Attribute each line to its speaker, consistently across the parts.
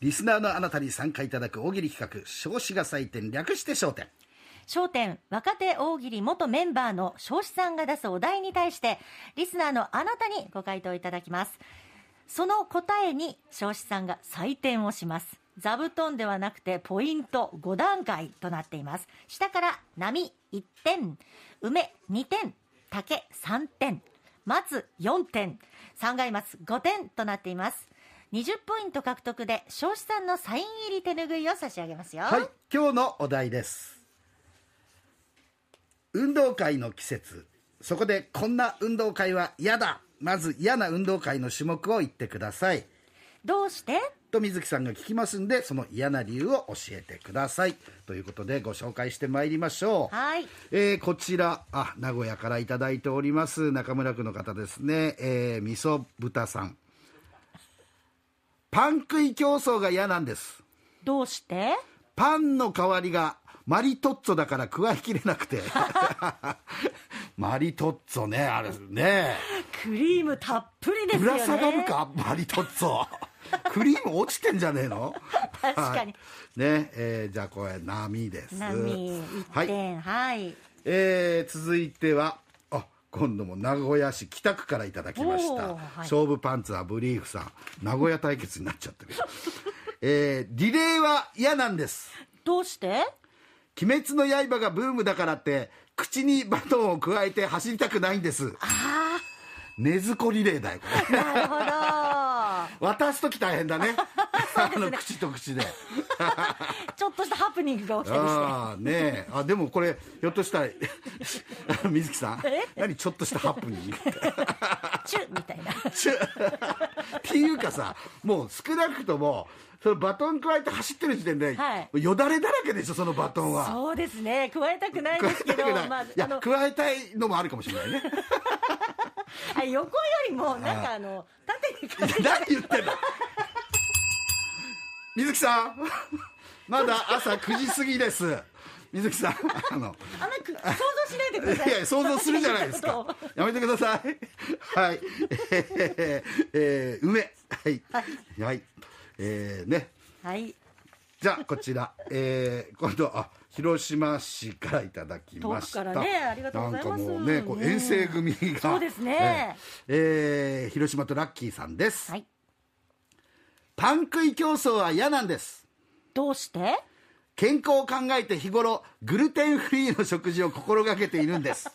Speaker 1: リスナーのあなたに参加いただく大喜利企画、少子が採点略して焦点。
Speaker 2: 焦点若手大喜利元メンバーの彰子さんが出すお題に対してリスナーのあなたにご回答いただきますその答えに彰子さんが採点をします座布団ではなくてポイント5段階となっています下から波1点梅2点竹3点松4点三階松5点となっています20ポイント獲得で彰子さんのサイン入り手ぬぐいを差し上げますよ、
Speaker 1: はい、今日のお題です。運動会の季節。そこで、こんな運動会は嫌だ。まず、嫌な運動会の種目を言ってください。
Speaker 2: どうして
Speaker 1: と水木さんが聞きますんでその嫌な理由を教えてくださいということでご紹介してまいりましょう
Speaker 2: はい
Speaker 1: えーこちらあ名古屋からいただいております中村区の方ですね、えー、味噌豚さんパン食い競争が嫌なんです
Speaker 2: どうして
Speaker 1: パンの代わりがマリトッツォだから食わいきれなくて マリトッツォねあれね
Speaker 2: クリームたっぷりです
Speaker 1: ぶ
Speaker 2: よね
Speaker 1: ら下がるかマリトッツォクリーム落ちてんじゃねえの
Speaker 2: 確かに
Speaker 1: はいねえーじゃあこれ波です
Speaker 2: 波
Speaker 1: は
Speaker 2: 1
Speaker 1: い、
Speaker 2: 点はい、
Speaker 1: えー続いてはあ今度も名古屋市北区からいただきまし
Speaker 2: お
Speaker 1: た、
Speaker 2: ーはい
Speaker 1: 勝負パンツはブリーフさん名古屋対決になっちゃったけど、 えーリレーは嫌なんです
Speaker 2: どうして
Speaker 1: 「鬼滅の刃」がブームだからって口にバトンを加えて走りたくないんです
Speaker 2: あ
Speaker 1: 根ずこリレーだよこれ
Speaker 2: あなるほど
Speaker 1: 渡す時大変だ ね あの口と口で
Speaker 2: ちょっとしたハプニングが起きたりして
Speaker 1: ああねえあでもこれひょっとしたら 水木さん何ちょっとしたハプニング
Speaker 2: チュッみたいな
Speaker 1: ちゅっていうかさもう少なくともそのバトン加えて走ってる時点で、
Speaker 2: はい
Speaker 1: よだれだらけでしょそのバトンは
Speaker 2: そうですね加えたくないですけ
Speaker 1: 加えた
Speaker 2: ど
Speaker 1: くない、
Speaker 2: まあ
Speaker 1: い
Speaker 2: あ
Speaker 1: や
Speaker 2: の
Speaker 1: 加えたいのもあるかもしれないね
Speaker 2: あ横よりもなんかあの縦に
Speaker 1: いや何言ってんだ水木さんまだ朝9時過ぎです水木さんあの
Speaker 2: あんまく想像しないでください
Speaker 1: いや想像するじゃないですか
Speaker 2: そう
Speaker 1: やめてくださいはいえーえー、梅はいはいえー、ね
Speaker 2: はい
Speaker 1: じゃあこちら、えー、今度はあ広島市からいただきました
Speaker 2: 遠くからねありがとうございます
Speaker 1: なんかもうねこ
Speaker 2: う
Speaker 1: うん遠征組が、
Speaker 2: そうですね
Speaker 1: えーえー広島とラッキーさんです、
Speaker 2: はい
Speaker 1: パン食い競争は嫌なんです
Speaker 2: どうして
Speaker 1: 健康を考えて日頃グルテンフリーの食事を心がけているん です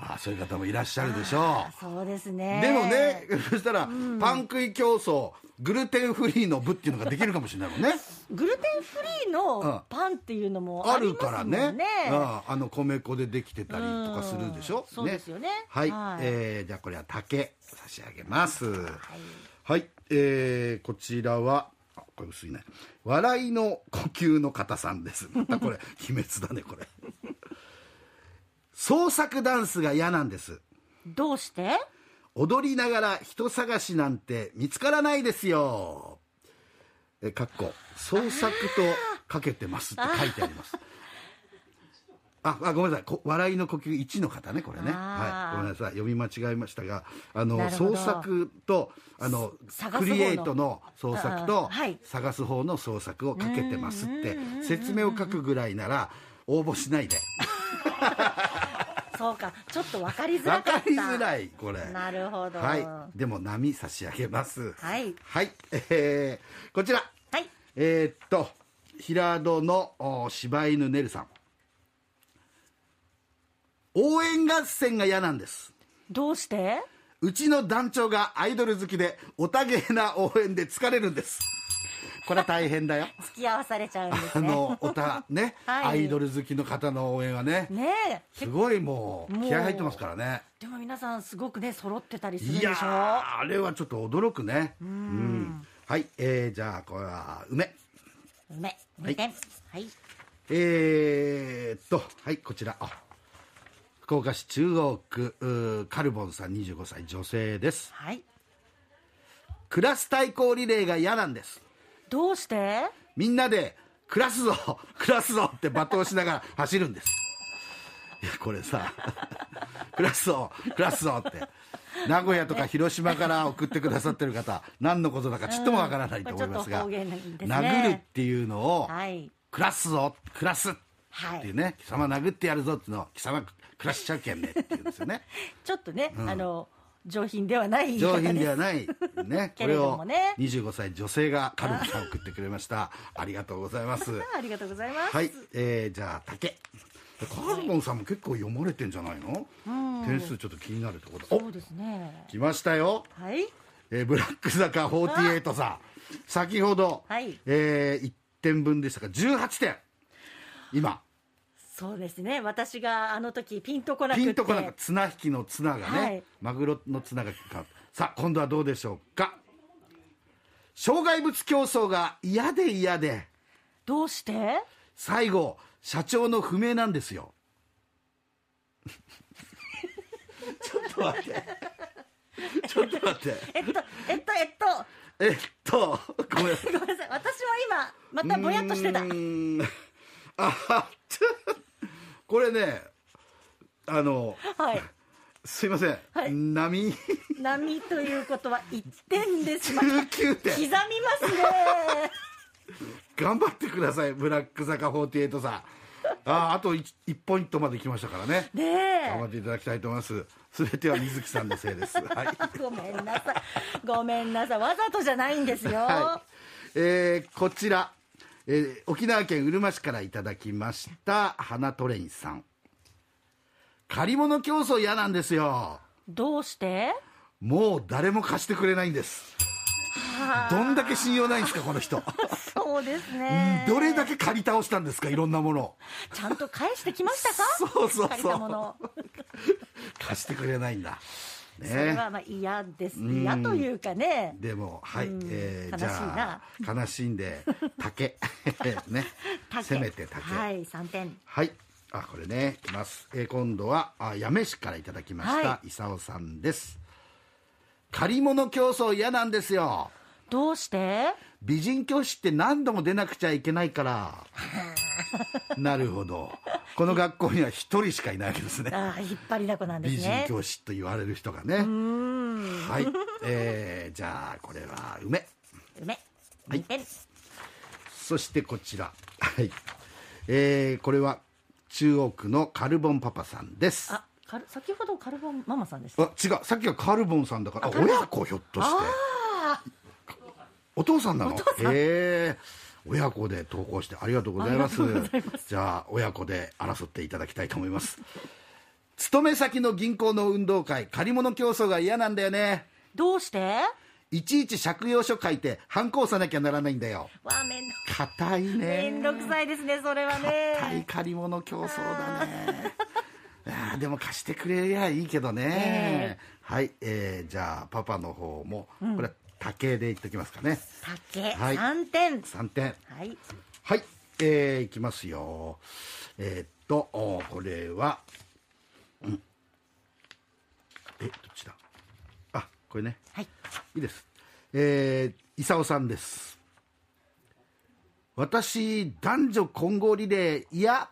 Speaker 1: ああそういう方もいらっしゃるでしょう
Speaker 2: そうですね
Speaker 1: でもね、そしたら、パン食い競争、グルテンフリーの部っていうのができるかもしれないもんね。
Speaker 2: グルテンフリーのパンっていうのも
Speaker 1: あ
Speaker 2: あり
Speaker 1: る
Speaker 2: ますも
Speaker 1: か
Speaker 2: ん
Speaker 1: ら
Speaker 2: ね
Speaker 1: ね。あああの米粉でできてたりとかするでし
Speaker 2: うん
Speaker 1: ょ。
Speaker 2: そうですよね
Speaker 1: はい、
Speaker 2: はい
Speaker 1: えーじゃあこれは竹差し上げます。はい、えーこちらは。あこれ薄いね。笑いの呼吸の方さんです。 またこれ秘密だねこ れ。創作ダンスが嫌なんです。
Speaker 2: どうして
Speaker 1: 踊りながら人探しなんて見つからないですよ。え、かっこ、創作とかけてますって書いてあり ます。ああ、ごめんなさい。こ笑いの呼吸1の方ね、これね。は
Speaker 2: あー
Speaker 1: い。ごめんなさい。読み間違えましたが、あ
Speaker 2: な
Speaker 1: の、
Speaker 2: るほど
Speaker 1: 創作と、あの
Speaker 2: 探、
Speaker 1: ク
Speaker 2: す方の
Speaker 1: リエイトの創作
Speaker 2: うんうん
Speaker 1: と
Speaker 2: はい、
Speaker 1: 探す方の創作をかけてますって、説明を書くぐらいなら、応募しないで。
Speaker 2: そうかちょっと分かりづ
Speaker 1: わ
Speaker 2: らかった
Speaker 1: かりづらい、これ。
Speaker 2: なるほど
Speaker 1: はい、でも波差し上げます。
Speaker 2: はい
Speaker 1: えーこちら、
Speaker 2: はい
Speaker 1: えーっと、平戸のお柴犬ねるさん。応援合戦が嫌なんです。
Speaker 2: どうして
Speaker 1: うちの団長がアイドル好きで、おたげな応援で疲れるんです。これは大変だよ。
Speaker 2: 付き合わされちゃうんです
Speaker 1: あ
Speaker 2: ね
Speaker 1: の、おた、ね、
Speaker 2: はい
Speaker 1: アイドル好きの方の応援はね、
Speaker 2: ねえ
Speaker 1: すごいもう、
Speaker 2: もう
Speaker 1: 気合入ってますからね。
Speaker 2: でも皆さんすごくね揃ってたりするで
Speaker 1: い
Speaker 2: しょ
Speaker 1: やーあれはちょっと驚くねうんはい、えー、じゃあこれは梅
Speaker 2: うめ2点はい、
Speaker 1: えー、っとはいこちらあ福岡市中央区うーカルボンさん25歳女性です
Speaker 2: はい、
Speaker 1: クラス対抗リレーが嫌なんです
Speaker 2: どうして
Speaker 1: みんなで「暮らす ぞ暮らすぞ」って罵倒しながら走 るんですいやこれさ「暮らすぞ暮らすぞ」って名古屋とか広島から送ってくださってる方、何のことだかちっともわからないと思います が、
Speaker 2: うんこれちょっと方言ですね
Speaker 1: 殴るっていうのを、
Speaker 2: はい
Speaker 1: 暮らすぞ、暮らすっ
Speaker 2: はい
Speaker 1: ていうね、貴様殴ってやるぞっていうのを、貴様暮らしちゃうけんねって言うんですよね。
Speaker 2: ちょっとね、あの上品では ない言い
Speaker 1: 上
Speaker 2: 方
Speaker 1: 品で
Speaker 2: で
Speaker 1: はない、ね、こ
Speaker 2: けれ
Speaker 1: れ
Speaker 2: ど
Speaker 1: を
Speaker 2: もね
Speaker 1: 25歳女性がカルマさん送ってくれました。ありがとうござい ます。
Speaker 2: ありがとうございます、
Speaker 1: はい、えー、じゃあ竹カルボンさんも結構読まれてんじゃないの点数ちょっと気になるところ
Speaker 2: そう
Speaker 1: お
Speaker 2: ですね
Speaker 1: 来ましたよ、
Speaker 2: はい
Speaker 1: えーブラック坂48さん先ほど、
Speaker 2: はい
Speaker 1: えー、1点分でしたが18点今
Speaker 2: そうですね私があの時ピンとこなくて
Speaker 1: ピンとこなかった綱引きの綱がね、
Speaker 2: はい
Speaker 1: マグロの綱がかさあ今度はどうでしょうか障害物競争が嫌で嫌で
Speaker 2: どうして
Speaker 1: 最後社長の不明なんですよ ちょっと待ってちょっと待って
Speaker 2: えっとえっとえっと
Speaker 1: えっとごめん
Speaker 2: ごめんなさい私は今またぼやっとしてた
Speaker 1: うーんあちょこれねあの
Speaker 2: はい
Speaker 1: すいません、
Speaker 2: はい
Speaker 1: 波
Speaker 2: 波ということは1点ですまた刻
Speaker 1: 19点
Speaker 2: みますね
Speaker 1: 頑張ってくださいブラック坂48さんあーあと 1, ポイントまで来ましたからね
Speaker 2: ね
Speaker 1: 頑張
Speaker 2: え
Speaker 1: っていただきたいと思います全ては水木さんのせい ですはい
Speaker 2: ごめんなさいごめんなさいわざとじゃないんですよ、
Speaker 1: はいえーこちら、えー沖縄県うるま市からいただきました花トレインさん借り物競争嫌なんですよ
Speaker 2: どうして
Speaker 1: もう誰も貸してくれないんですどんだけ信用ないんですかこの人
Speaker 2: そうです ね
Speaker 1: どれだけ借り倒したんですかいろんなものを
Speaker 2: ちゃんと返してきましたか
Speaker 1: そうそう
Speaker 2: 借り
Speaker 1: そ
Speaker 2: たも
Speaker 1: う
Speaker 2: の
Speaker 1: 貸してくれないんだね
Speaker 2: それはまあ嫌です嫌というかね
Speaker 1: でもはい、
Speaker 2: うん
Speaker 1: えー
Speaker 2: 悲しい
Speaker 1: じ
Speaker 2: な
Speaker 1: ゃあ悲しんで 竹ね
Speaker 2: 竹
Speaker 1: せめて竹は、
Speaker 2: はいい3点
Speaker 1: あこれねいきます、えー今度はあ八女市からいただきました、
Speaker 2: は
Speaker 1: 伊佐さんです借り物競争嫌なんですよ
Speaker 2: どうして
Speaker 1: 美人教師って何度も出なくちゃいけないから なるほどこの学校には一人しかいないわけですね
Speaker 2: ああ引っ張りだこなんで
Speaker 1: 美
Speaker 2: す
Speaker 1: 人
Speaker 2: ね
Speaker 1: 教師と言われる人がねはい、えーじゃあこれは梅
Speaker 2: 梅2点
Speaker 1: そしてこちら、はいえーこれは中央区のカルボンパパさんですあ
Speaker 2: あカル先ほどカルボンママさんです
Speaker 1: 違うさっきはカルボンさんだからあ
Speaker 2: カルボン
Speaker 1: 親子ひょっとしてお父さんなのへえ親子で投稿してありがとうございますじゃあ親子で争っていただきたいと思います勤め先の銀行の運動会借り物競争が嫌なんだよね
Speaker 2: どうして
Speaker 1: いちいち借用書書いて反抗さなきゃならないんだよ
Speaker 2: わあめんど
Speaker 1: 硬いね
Speaker 2: めんどくさいですねそれは
Speaker 1: 対
Speaker 2: ね
Speaker 1: 借り物競争だねあーでも貸してくれりゃいいけどね、はい、えーじゃあパパの方もこれは竹でいっときますかね、
Speaker 2: 竹
Speaker 1: はい
Speaker 2: 3点
Speaker 1: 3点
Speaker 2: はい
Speaker 1: はいえーいきますよえーっとおーこれは、うん、えどっちだあこれね
Speaker 2: はい
Speaker 1: いいです。えー、伊さんです。私、男女混合リレー、いや、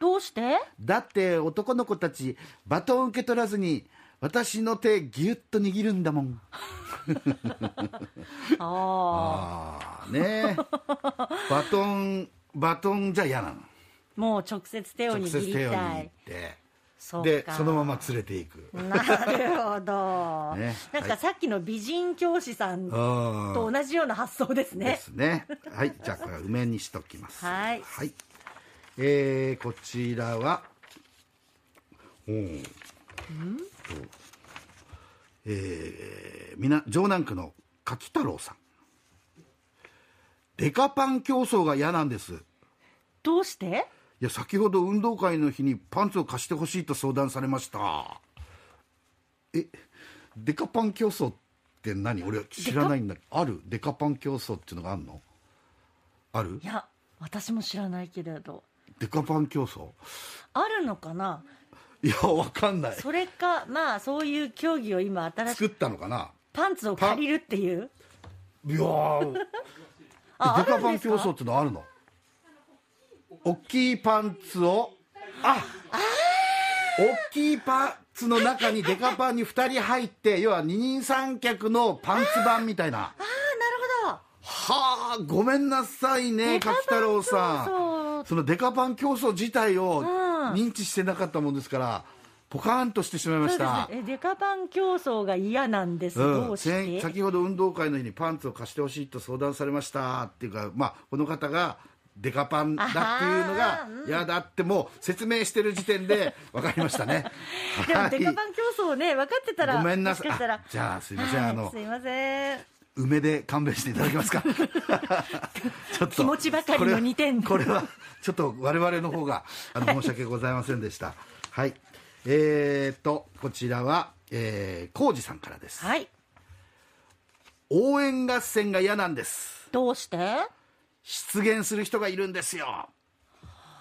Speaker 2: どうして
Speaker 1: だって男の子たち、バトンを受け取らずに、私の手、ぎゅっと握るんだもん。
Speaker 2: ああ
Speaker 1: ああ、ねえ バトン、バトンじゃ嫌なの。
Speaker 2: もう直接手を
Speaker 1: 直接
Speaker 2: 握り
Speaker 1: 手を
Speaker 2: た
Speaker 1: 握っ
Speaker 2: い
Speaker 1: て。
Speaker 2: そうか
Speaker 1: で、そのまま連れていく。
Speaker 2: なるほど、
Speaker 1: ね
Speaker 2: なん
Speaker 1: は
Speaker 2: か
Speaker 1: い
Speaker 2: さっきの美人教師さんと
Speaker 1: ああ。
Speaker 2: 同じような発想です
Speaker 1: で
Speaker 2: ね
Speaker 1: すね。はい、じゃあこれは梅にしときます。
Speaker 2: はい
Speaker 1: えー、こちらは、おーとえー、みな城南区の柿太郎さん。デカパン競争が嫌なんです。い
Speaker 2: どうして
Speaker 1: や、先ほど運動会の日にパンツを貸してほしいと相談されました。え、デカパン競争って何俺知らないんだけど、あるデカパン競争っていうのがあるのある
Speaker 2: いや私も知らないけれど
Speaker 1: デカパン競争
Speaker 2: あるのかない
Speaker 1: やわかんない
Speaker 2: それかまあそういう競技を今新し
Speaker 1: 作
Speaker 2: く
Speaker 1: ったのかな
Speaker 2: パンツを借りるっていう
Speaker 1: いやーデ
Speaker 2: ああ
Speaker 1: カ
Speaker 2: るん
Speaker 1: パ
Speaker 2: で
Speaker 1: ン
Speaker 2: す
Speaker 1: 競争
Speaker 2: か
Speaker 1: ってのあるの大きいパンツをあ大きいパンツの中にデカパンに2人入って要は二人三脚のパンツ版みたいな
Speaker 2: なる
Speaker 1: はあごめんなさいね柿太郎さん
Speaker 2: ほどそう
Speaker 1: そのデカパン競争自体を
Speaker 2: ん
Speaker 1: 認知してなかったもんですからポカーンとしてしまいま
Speaker 2: そう
Speaker 1: し
Speaker 2: ですね
Speaker 1: た
Speaker 2: えデカパン競争が嫌なんです、
Speaker 1: うん
Speaker 2: どうして
Speaker 1: 先先ほど運動会の日にパンツを貸してほしいと相談されましたっていうか、まあ、この方がデカパンだっていうの
Speaker 2: あ
Speaker 1: が
Speaker 2: ー
Speaker 1: 嫌だってもう説明してる時点で分かりましたね
Speaker 2: でも
Speaker 1: はい
Speaker 2: デカパン競争ね分かってたら
Speaker 1: ごめんなさい
Speaker 2: もしかしたら
Speaker 1: あじゃあすいません
Speaker 2: は
Speaker 1: あの
Speaker 2: すいません
Speaker 1: 梅で勘弁していただけますか ちょっと
Speaker 2: 気持ちばかりの二点
Speaker 1: これはこれはちょっと我々の方があの申し訳ございませんでしたはいえー、とこちらは、えー、浩二さんからです、
Speaker 2: はい
Speaker 1: 応援合戦が嫌なんです
Speaker 2: どうして
Speaker 1: 出現する人がいるんですよ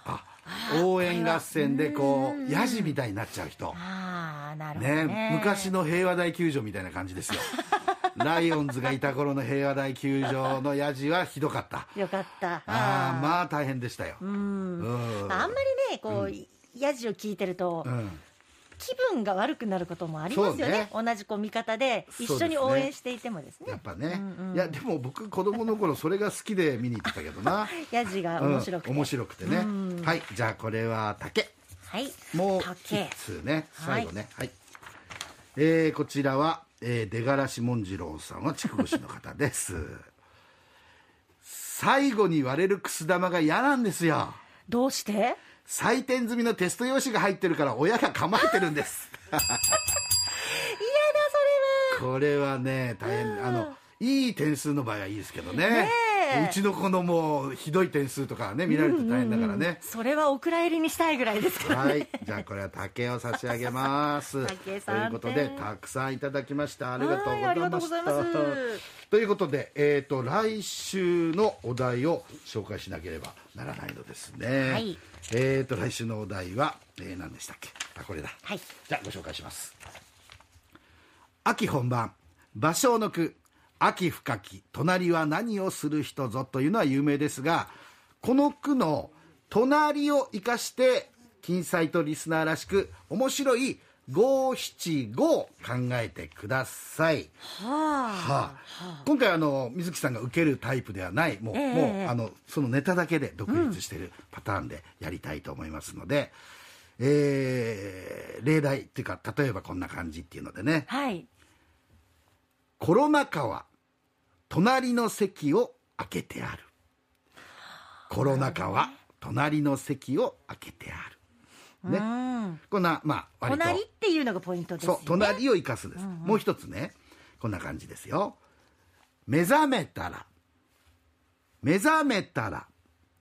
Speaker 1: あ応援合戦でこうヤジみたいになっちゃう人
Speaker 2: ああなるほどね
Speaker 1: ね昔の平和大球場みたいな感じです よライオンズがいた頃の平和大球場のヤジはひどかった
Speaker 2: よかった
Speaker 1: ああ
Speaker 2: ー
Speaker 1: まあ大変でしたようん
Speaker 2: まああんまりねこう、ヤジを聞いてると、
Speaker 1: うん
Speaker 2: 気分が悪くなることもありますよね
Speaker 1: そ
Speaker 2: 同じこう味方で一緒に応援していてもですね
Speaker 1: やっぱね、いやでも僕子供の頃それが好きで見に行ってたけど な
Speaker 2: ヤジが面白くて、
Speaker 1: うん面白くてね、はいじゃあこれは竹
Speaker 2: はい
Speaker 1: もう
Speaker 2: 竹
Speaker 1: 一通ね
Speaker 2: はい
Speaker 1: 最後ねはい、えーこちらは、えー、出がらしもんじろうさんは筑後市の方です 最後に割れるくす玉が嫌なんですよ
Speaker 2: どうして
Speaker 1: 採点済みのテスト用紙が入ってるから親が構えてるんです これはね大変あのいい点数の場合はいいですけどね
Speaker 2: え
Speaker 1: うちの子のもうひどい点数とかね見られると大変だからね、
Speaker 2: それはお蔵入りにしたいぐらいですからね、
Speaker 1: はい、じゃあこれは竹を差し上げます。
Speaker 2: 竹
Speaker 1: と
Speaker 2: さん
Speaker 1: いうことでたくさんいただきました。ありがとうご
Speaker 2: はいあ
Speaker 1: ざ
Speaker 2: り
Speaker 1: い
Speaker 2: が
Speaker 1: ま
Speaker 2: とうご
Speaker 1: し
Speaker 2: ざ
Speaker 1: た。
Speaker 2: います
Speaker 1: ということで、えっ、と来週のお題を紹介しなければならないのですね。
Speaker 2: はい
Speaker 1: えっ、と来週のお題は、えー、何でしたっけ？あこれだ。
Speaker 2: はい
Speaker 1: じゃあご紹介します。秋本番芭蕉の句「秋深き隣は何をする人ぞ」というのは有名ですがこの句の「隣」を生かして金彩とリスナーらしく面白い五七五を考えてください。
Speaker 2: はあ
Speaker 1: はあ、今回あの水木さんが受けるタイプではないもう,、
Speaker 2: ええええ
Speaker 1: もうあのそのネタだけで独立してるパターンでやりたいと思いますので、えー例題っていうか例えばこんな感じっていうのでね
Speaker 2: はい
Speaker 1: 「コロナ禍は隣の席を開けてある」「コロナ禍は隣の席を開けてある」ね、
Speaker 2: うん
Speaker 1: こんなまあ割と
Speaker 2: 隣っていうのがポイントですよ
Speaker 1: そう
Speaker 2: ね
Speaker 1: 隣を生かすです、もう一つねこんな感じですよ目覚めたら目覚めたら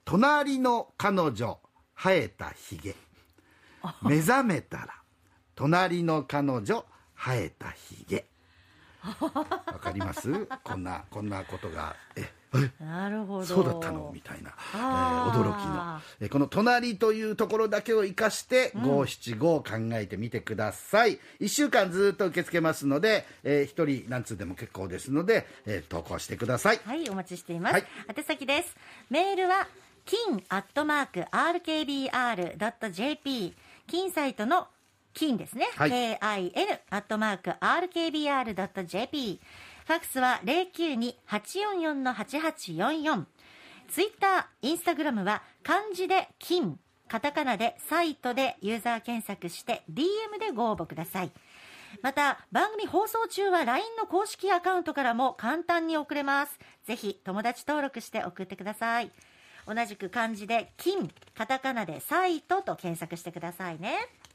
Speaker 1: 隣の彼女生えたひ げ目覚めたら隣の彼女生えたひ げわかりますこんなこんなことがえ
Speaker 2: なるほど
Speaker 1: そうだったのみたいな、えー
Speaker 2: あー
Speaker 1: 驚きの、えーこの「隣」というところだけを生かして五七五を考えてみてください、一1週間ずっと受け付けますので、え1人何通でも結構ですので、えー投稿してください
Speaker 2: はい、お待ちしています。
Speaker 1: はい
Speaker 2: 宛先です。メールは、金アットマーク RKBR.jp、金サイトの金ですね。
Speaker 1: はい
Speaker 2: KIN アットマーク RKBR.jp、ファックスは092-844-8844、ツイッター、インスタグラムは漢字で金、カタカナでサイトでユーザー検索して DM でご応募ください。また番組放送中は LINE の公式アカウントからも簡単に送れますぜひ友達登録して送ってください同じく漢字で金カタカナでサイトと検索してくださいね